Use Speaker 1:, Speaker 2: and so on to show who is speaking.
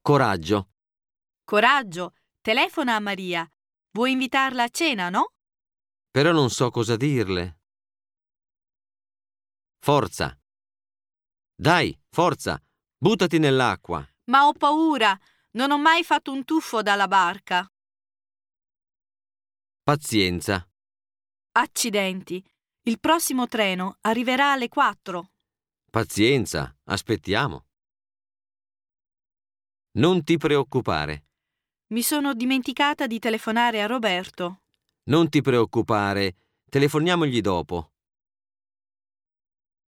Speaker 1: Coraggio.
Speaker 2: Coraggio, telefona a Maria. Vuoi invitarla a cena, no?
Speaker 1: Però non so cosa dirle. Forza. Dai, forza. Buttati nell'acqua.
Speaker 2: Ma ho paura. Non ho mai fatto un tuffo dalla barca.
Speaker 1: Pazienza.
Speaker 2: Accidenti. Il prossimo treno arriverà alle 4.
Speaker 1: Pazienza. Aspettiamo. Non ti preoccupare.
Speaker 2: Mi sono dimenticata di telefonare a Roberto.
Speaker 1: Non ti preoccupare. Telefoniamogli dopo.